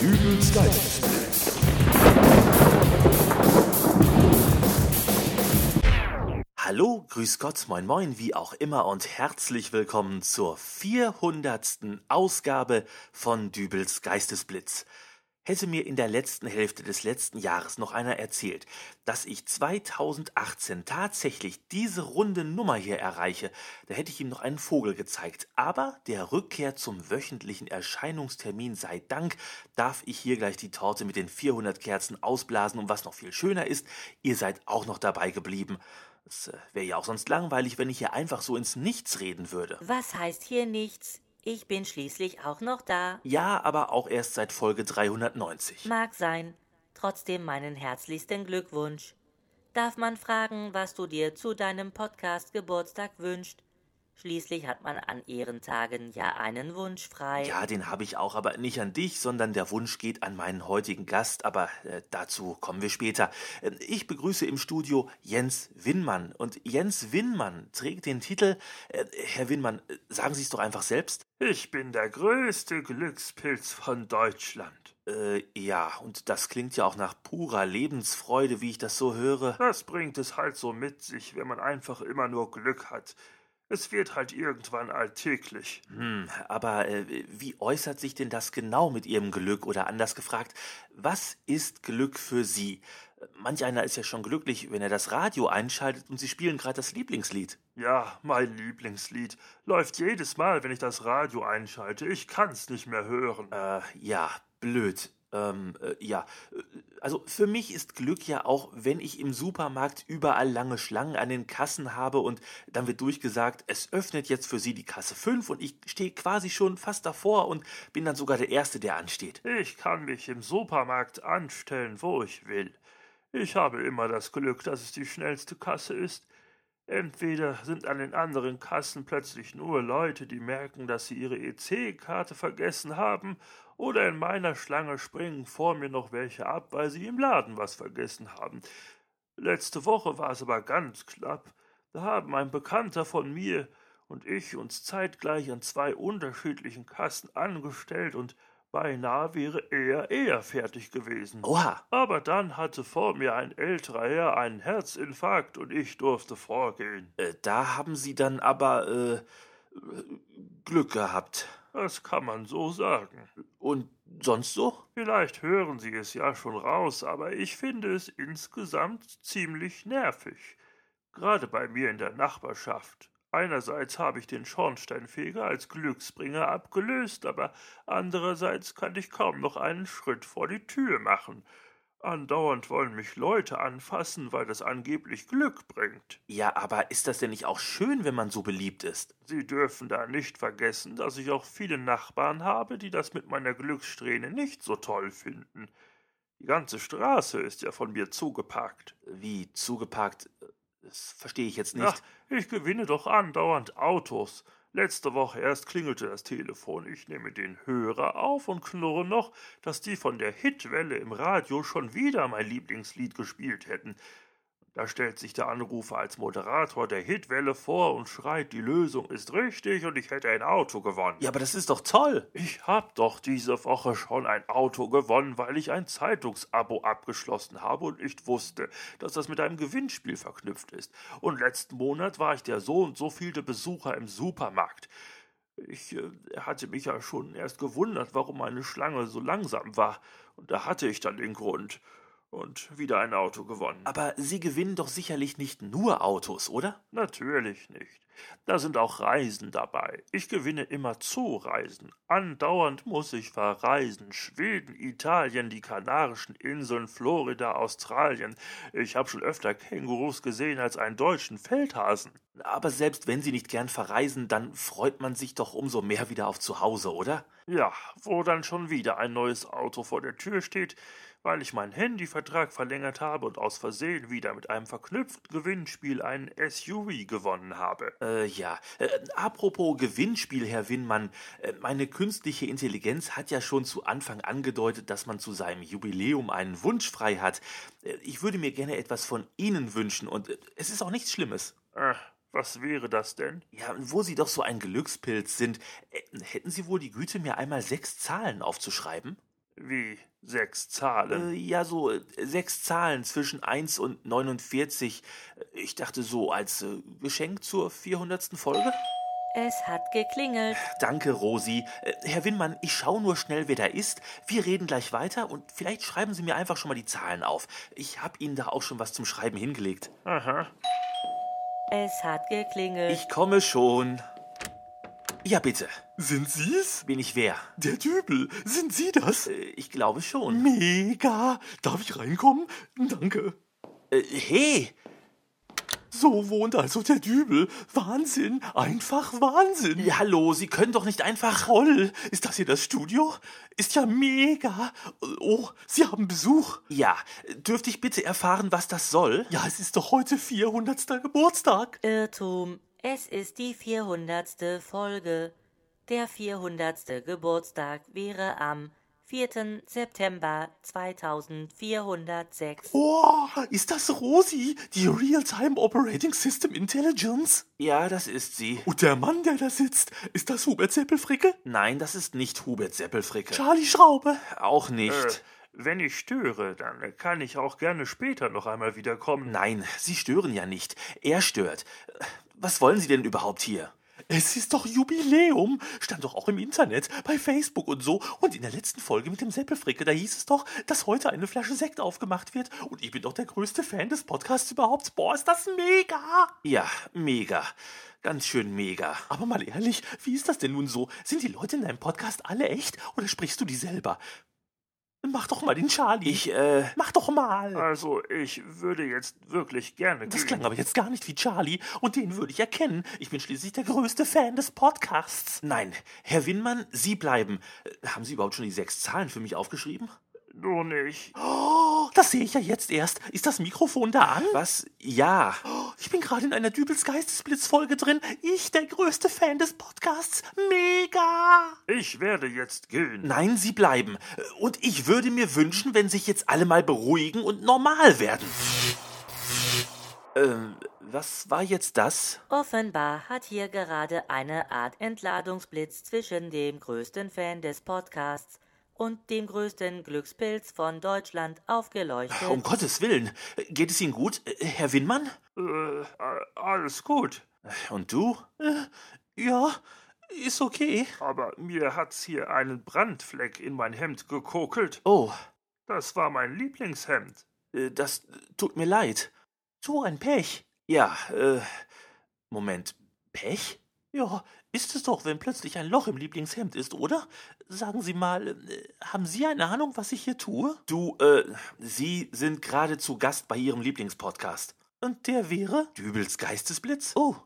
Übelst geil. Hallo, grüß Gott, moin moin, wie auch immer und herzlich willkommen zur 400. Ausgabe von Dübels Geistesblitz. Hätte mir in der letzten Hälfte des letzten Jahres noch einer erzählt, dass ich 2018 tatsächlich diese runde Nummer hier erreiche, da hätte ich ihm noch einen Vogel gezeigt. Aber der Rückkehr zum wöchentlichen Erscheinungstermin sei Dank, darf ich hier gleich die Torte mit den 400 Kerzen ausblasen und was noch viel schöner ist, ihr seid auch noch dabei geblieben. Es wäre ja auch sonst langweilig, wenn ich hier einfach so ins Nichts reden würde. Was heißt hier nichts? Ich bin schließlich auch noch da. Ja, aber auch erst seit Folge 390. Mag sein. Trotzdem meinen herzlichsten Glückwunsch. Darf man fragen, was du dir zu deinem Podcast Geburtstag wünschst? Schließlich hat man an Ehrentagen ja einen Wunsch frei. Ja, den habe ich auch, aber nicht an dich, sondern der Wunsch geht an meinen heutigen Gast, aber äh, dazu kommen wir später. Äh, ich begrüße im Studio Jens Winmann und Jens Winmann trägt den Titel, äh, Herr Winmann, äh, sagen Sie es doch einfach selbst. Ich bin der größte Glückspilz von Deutschland. Äh, ja, und das klingt ja auch nach purer Lebensfreude, wie ich das so höre. Das bringt es halt so mit sich, wenn man einfach immer nur Glück hat. Es wird halt irgendwann alltäglich. Hm, aber äh, wie äußert sich denn das genau mit Ihrem Glück? Oder anders gefragt, was ist Glück für Sie? Manch einer ist ja schon glücklich, wenn er das Radio einschaltet und Sie spielen gerade das Lieblingslied. Ja, mein Lieblingslied läuft jedes Mal, wenn ich das Radio einschalte. Ich kann's nicht mehr hören. Äh, ja, blöd. Ähm, äh, ja, Äh, also für mich ist Glück ja auch, wenn ich im Supermarkt überall lange Schlangen an den Kassen habe und dann wird durchgesagt, es öffnet jetzt für Sie die Kasse 5 und ich stehe quasi schon fast davor und bin dann sogar der Erste, der ansteht. Ich kann mich im Supermarkt anstellen, wo ich will. Ich habe immer das Glück, dass es die schnellste Kasse ist. Entweder sind an den anderen Kassen plötzlich nur Leute, die merken, dass sie ihre EC-Karte vergessen haben, oder in meiner Schlange springen vor mir noch welche ab, weil sie im Laden was vergessen haben. Letzte Woche war es aber ganz knapp. Da haben ein Bekannter von mir und ich uns zeitgleich an zwei unterschiedlichen Kassen angestellt und beinahe wäre er eher fertig gewesen. Oha, Aber dann hatte vor mir ein älterer Herr einen Herzinfarkt und ich durfte vorgehen. äh, da haben Sie dann aber äh, äh, Glück gehabt. Das kann man so sagen. Und sonst so? Vielleicht hören Sie es ja schon raus, aber ich finde es insgesamt ziemlich nervig. Gerade bei mir in der Nachbarschaft. Einerseits habe ich den Schornsteinfeger als Glücksbringer abgelöst, aber andererseits kann ich kaum noch einen Schritt vor die Tür machen. Andauernd wollen mich Leute anfassen, weil das angeblich Glück bringt. Ja, aber ist das denn nicht auch schön, wenn man so beliebt ist? Sie dürfen da nicht vergessen, dass ich auch viele Nachbarn habe, die das mit meiner Glückssträhne nicht so toll finden. Die ganze Straße ist ja von mir zugeparkt. Wie zugeparkt? Das verstehe ich jetzt nicht. Ach, ich gewinne doch andauernd Autos. Letzte Woche erst klingelte das Telefon. Ich nehme den Hörer auf und knurre noch, dass die von der Hitwelle im Radio schon wieder mein Lieblingslied gespielt hätten. Da stellt sich der Anrufer als Moderator der Hitwelle vor und schreit, die Lösung ist richtig und ich hätte ein Auto gewonnen. Ja, aber das ist doch toll. Ich hab doch diese Woche schon ein Auto gewonnen, weil ich ein Zeitungsabo abgeschlossen habe und nicht wusste, dass das mit einem Gewinnspiel verknüpft ist. Und letzten Monat war ich der so und so vielte Besucher im Supermarkt. Ich äh, hatte mich ja schon erst gewundert, warum meine Schlange so langsam war. Und da hatte ich dann den Grund. Und wieder ein Auto gewonnen. Aber Sie gewinnen doch sicherlich nicht nur Autos, oder? Natürlich nicht. Da sind auch Reisen dabei. Ich gewinne immer Zureisen. Andauernd muss ich verreisen. Schweden, Italien, die Kanarischen Inseln, Florida, Australien. Ich habe schon öfter Kängurus gesehen als einen deutschen Feldhasen. Aber selbst wenn Sie nicht gern verreisen, dann freut man sich doch umso mehr wieder auf Zuhause, oder? Ja, wo dann schon wieder ein neues Auto vor der Tür steht, weil ich meinen Handyvertrag verlängert habe und aus Versehen wieder mit einem verknüpften Gewinnspiel einen SUV gewonnen habe. Äh, ja. Äh, apropos Gewinnspiel, Herr Winmann. Äh, meine künstliche Intelligenz hat ja schon zu Anfang angedeutet, dass man zu seinem Jubiläum einen Wunsch frei hat. Äh, ich würde mir gerne etwas von Ihnen wünschen und äh, es ist auch nichts Schlimmes. Äh, was wäre das denn? Ja, und wo Sie doch so ein Glückspilz sind, äh, hätten Sie wohl die Güte, mir einmal sechs Zahlen aufzuschreiben? Wie sechs Zahlen. Äh, ja, so äh, sechs Zahlen zwischen 1 und 49. Ich dachte so, als äh, Geschenk zur 400. Folge. Es hat geklingelt. Danke, Rosi. Äh, Herr Winmann, ich schaue nur schnell, wer da ist. Wir reden gleich weiter und vielleicht schreiben Sie mir einfach schon mal die Zahlen auf. Ich habe Ihnen da auch schon was zum Schreiben hingelegt. Aha. Es hat geklingelt. Ich komme schon. Ja, bitte. Sind Sie's? Bin ich wer? Der Dübel, sind Sie das? Äh, Ich glaube schon. Mega! Darf ich reinkommen? Danke. Äh, Hey, So wohnt also der Dübel. Wahnsinn, einfach Wahnsinn. Ja, hallo, Sie können doch nicht einfach... Toll, ist das hier das Studio? Ist ja mega. Oh, Sie haben Besuch. Ja, dürfte ich bitte erfahren, was das soll? Ja, es ist doch heute 400. Geburtstag. Irrtum. Es ist die 400. Folge. Der 400. Geburtstag wäre am 4. September 2406. Oh, ist das Rosi, die Real-Time Operating System Intelligence? Ja, das ist sie. Und der Mann, der da sitzt, ist das Hubert Seppelfricke? Nein, das ist nicht Hubert Seppelfricke. Charlie Schraube? Auch nicht. Äh, wenn ich störe, dann äh, kann ich auch gerne später noch einmal wiederkommen. Nein, Sie stören ja nicht. Er stört. Was wollen Sie denn überhaupt hier? Es ist doch Jubiläum. Stand doch auch im Internet, bei Facebook und so. Und in der letzten Folge mit dem Seppelfricke, da hieß es doch, dass heute eine Flasche Sekt aufgemacht wird. Und ich bin doch der größte Fan des Podcasts überhaupt. Boah, ist das mega. Ja, mega. Ganz schön mega. Aber mal ehrlich, wie ist das denn nun so? Sind die Leute in deinem Podcast alle echt oder sprichst du die selber? Mach doch mal den Charlie. Ich, äh, Mach doch mal. Also, ich würde jetzt wirklich gerne Das gehen. klang aber jetzt gar nicht wie Charlie und den würde ich erkennen. Ich bin schließlich der größte Fan des Podcasts. nein. Herr Winmann, Sie bleiben. Äh, Haben Sie überhaupt schon die sechs Zahlen für mich aufgeschrieben? Nur nicht. Oh, das sehe ich ja jetzt erst. Ist das Mikrofon da an? Was? Ja. Oh, Ich bin gerade in einer Dübels Geistesblitz-Folge drin. Ich, der größte Fan des Podcasts. Mega! Ich werde jetzt gehen. Nein, Sie bleiben. Äh, Und ich würde mir wünschen, wenn sich jetzt alle mal beruhigen und normal werden. Ähm, was war jetzt das? Offenbar hat hier gerade eine Art Entladungsblitz zwischen dem größten Fan des Podcasts und dem größten Glückspilz von Deutschland aufgeleuchtet. Um Gottes Willen. Äh, Geht es Ihnen gut, äh, Herr Winmann? Äh, a- alles gut. Und du? Ja, ist okay. Aber mir hat's hier einen Brandfleck in mein Hemd gekokelt. Oh, Das war mein Lieblingshemd. äh, das äh, tut mir leid. So ein Pech. Ja, äh, Moment, Pech? Ja, ist es doch, wenn plötzlich ein Loch im Lieblingshemd ist, oder? Sagen Sie mal, äh, haben Sie eine Ahnung, was ich hier tue? Du, äh, Sie sind gerade zu Gast bei Ihrem Lieblingspodcast. Und der wäre? Dübels Geistesblitz? Oh,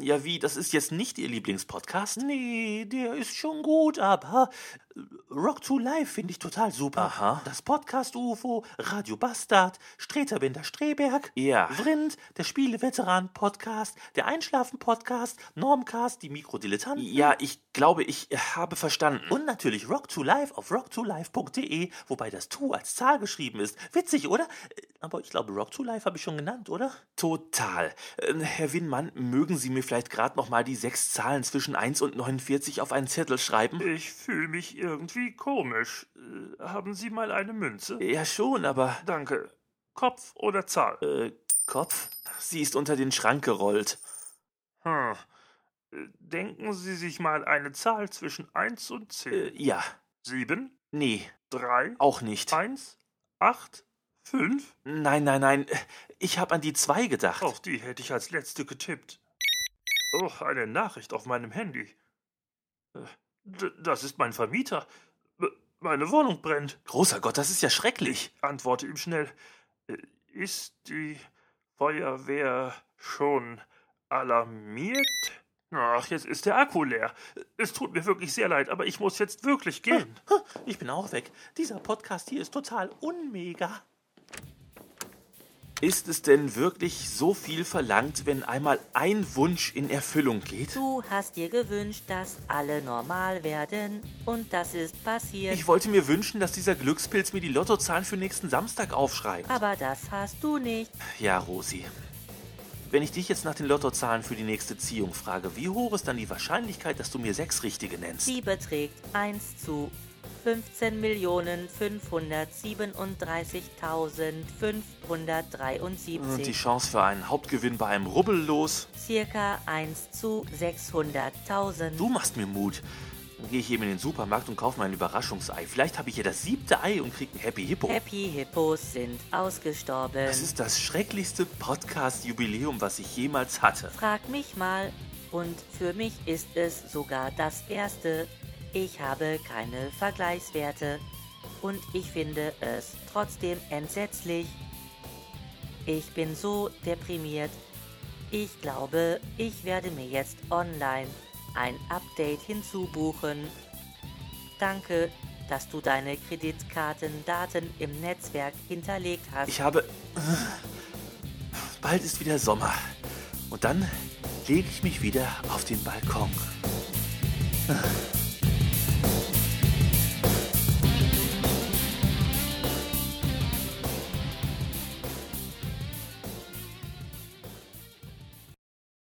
Ja, wie, das ist jetzt nicht Ihr Lieblingspodcast? nee, der ist schon gut, aber äh, Rock to Life finde ich total super. Aha. Das Podcast UFO, Radio Bastard, Streterbender Streberg. Ja. Vrind, der Spieleveteran-Podcast, der Einschlafen-Podcast, Normcast, die Mikrodilettanten. Ja, ich glaube, ich habe verstanden. Und natürlich Rock to Life auf rocktolife.de, wobei das To als Zahl geschrieben ist. Witzig, oder? Äh, Aber ich glaube, Rock to Life habe ich schon genannt, oder? Total. Ähm, Herr Winmann, mögen Sie mir vielleicht gerade nochmal die sechs Zahlen zwischen 1 und 49 auf einen Zettel schreiben? Ich fühle mich irgendwie komisch. Äh, haben Sie mal eine Münze? Ja, schon, aber. Danke. Kopf oder Zahl? Äh, Kopf? Sie ist unter den Schrank gerollt. Hm. Äh, Denken Sie sich mal eine Zahl zwischen 1 und 10. Äh, ja. 7, Nee, 3, auch nicht. 1, 8, 5. Nein, nein, nein. Ich habe an die zwei gedacht. Auf die hätte ich als letzte getippt. Oh, eine Nachricht auf meinem Handy. Äh, d- Das ist mein Vermieter. M- Meine Wohnung brennt. Großer Gott, das ist ja schrecklich. Antworte ihm schnell. Äh, Ist die Feuerwehr schon alarmiert? Ach, jetzt ist der Akku leer. Es tut mir wirklich sehr leid, aber ich muss jetzt wirklich gehen. Ha, Ich bin auch weg. Dieser Podcast hier ist total unmega. Ist es denn wirklich so viel verlangt, wenn einmal ein Wunsch in Erfüllung geht? Du hast dir gewünscht, dass alle normal werden und das ist passiert. Ich wollte mir wünschen, dass dieser Glückspilz mir die Lottozahlen für nächsten Samstag aufschreibt. aber das hast du nicht. Ja, Rosi. Wenn ich dich jetzt nach den Lottozahlen für die nächste Ziehung frage, wie hoch ist dann die Wahrscheinlichkeit, dass du mir sechs richtige nennst? Sie beträgt 1 zu Und die 15.537.573. Chance für einen Hauptgewinn bei einem Rubbellos? Circa 1 zu 600.000. Du machst mir Mut. Dann gehe ich eben in den Supermarkt und kaufe mir ein Überraschungsei. Vielleicht habe ich hier das siebte Ei und kriege ein Happy Hippo. Happy Hippos sind ausgestorben. Das ist das schrecklichste Podcast-Jubiläum, was ich jemals hatte. Frag mich mal. Und für mich ist es sogar das erste. Ich habe keine Vergleichswerte. Und ich finde es trotzdem entsetzlich. Ich bin so deprimiert. Ich glaube, ich werde mir jetzt online ein Update hinzubuchen. Danke, dass du deine Kreditkartendaten im Netzwerk hinterlegt hast. Ich habe. Bald ist wieder Sommer. Und dann lege ich mich wieder auf den Balkon.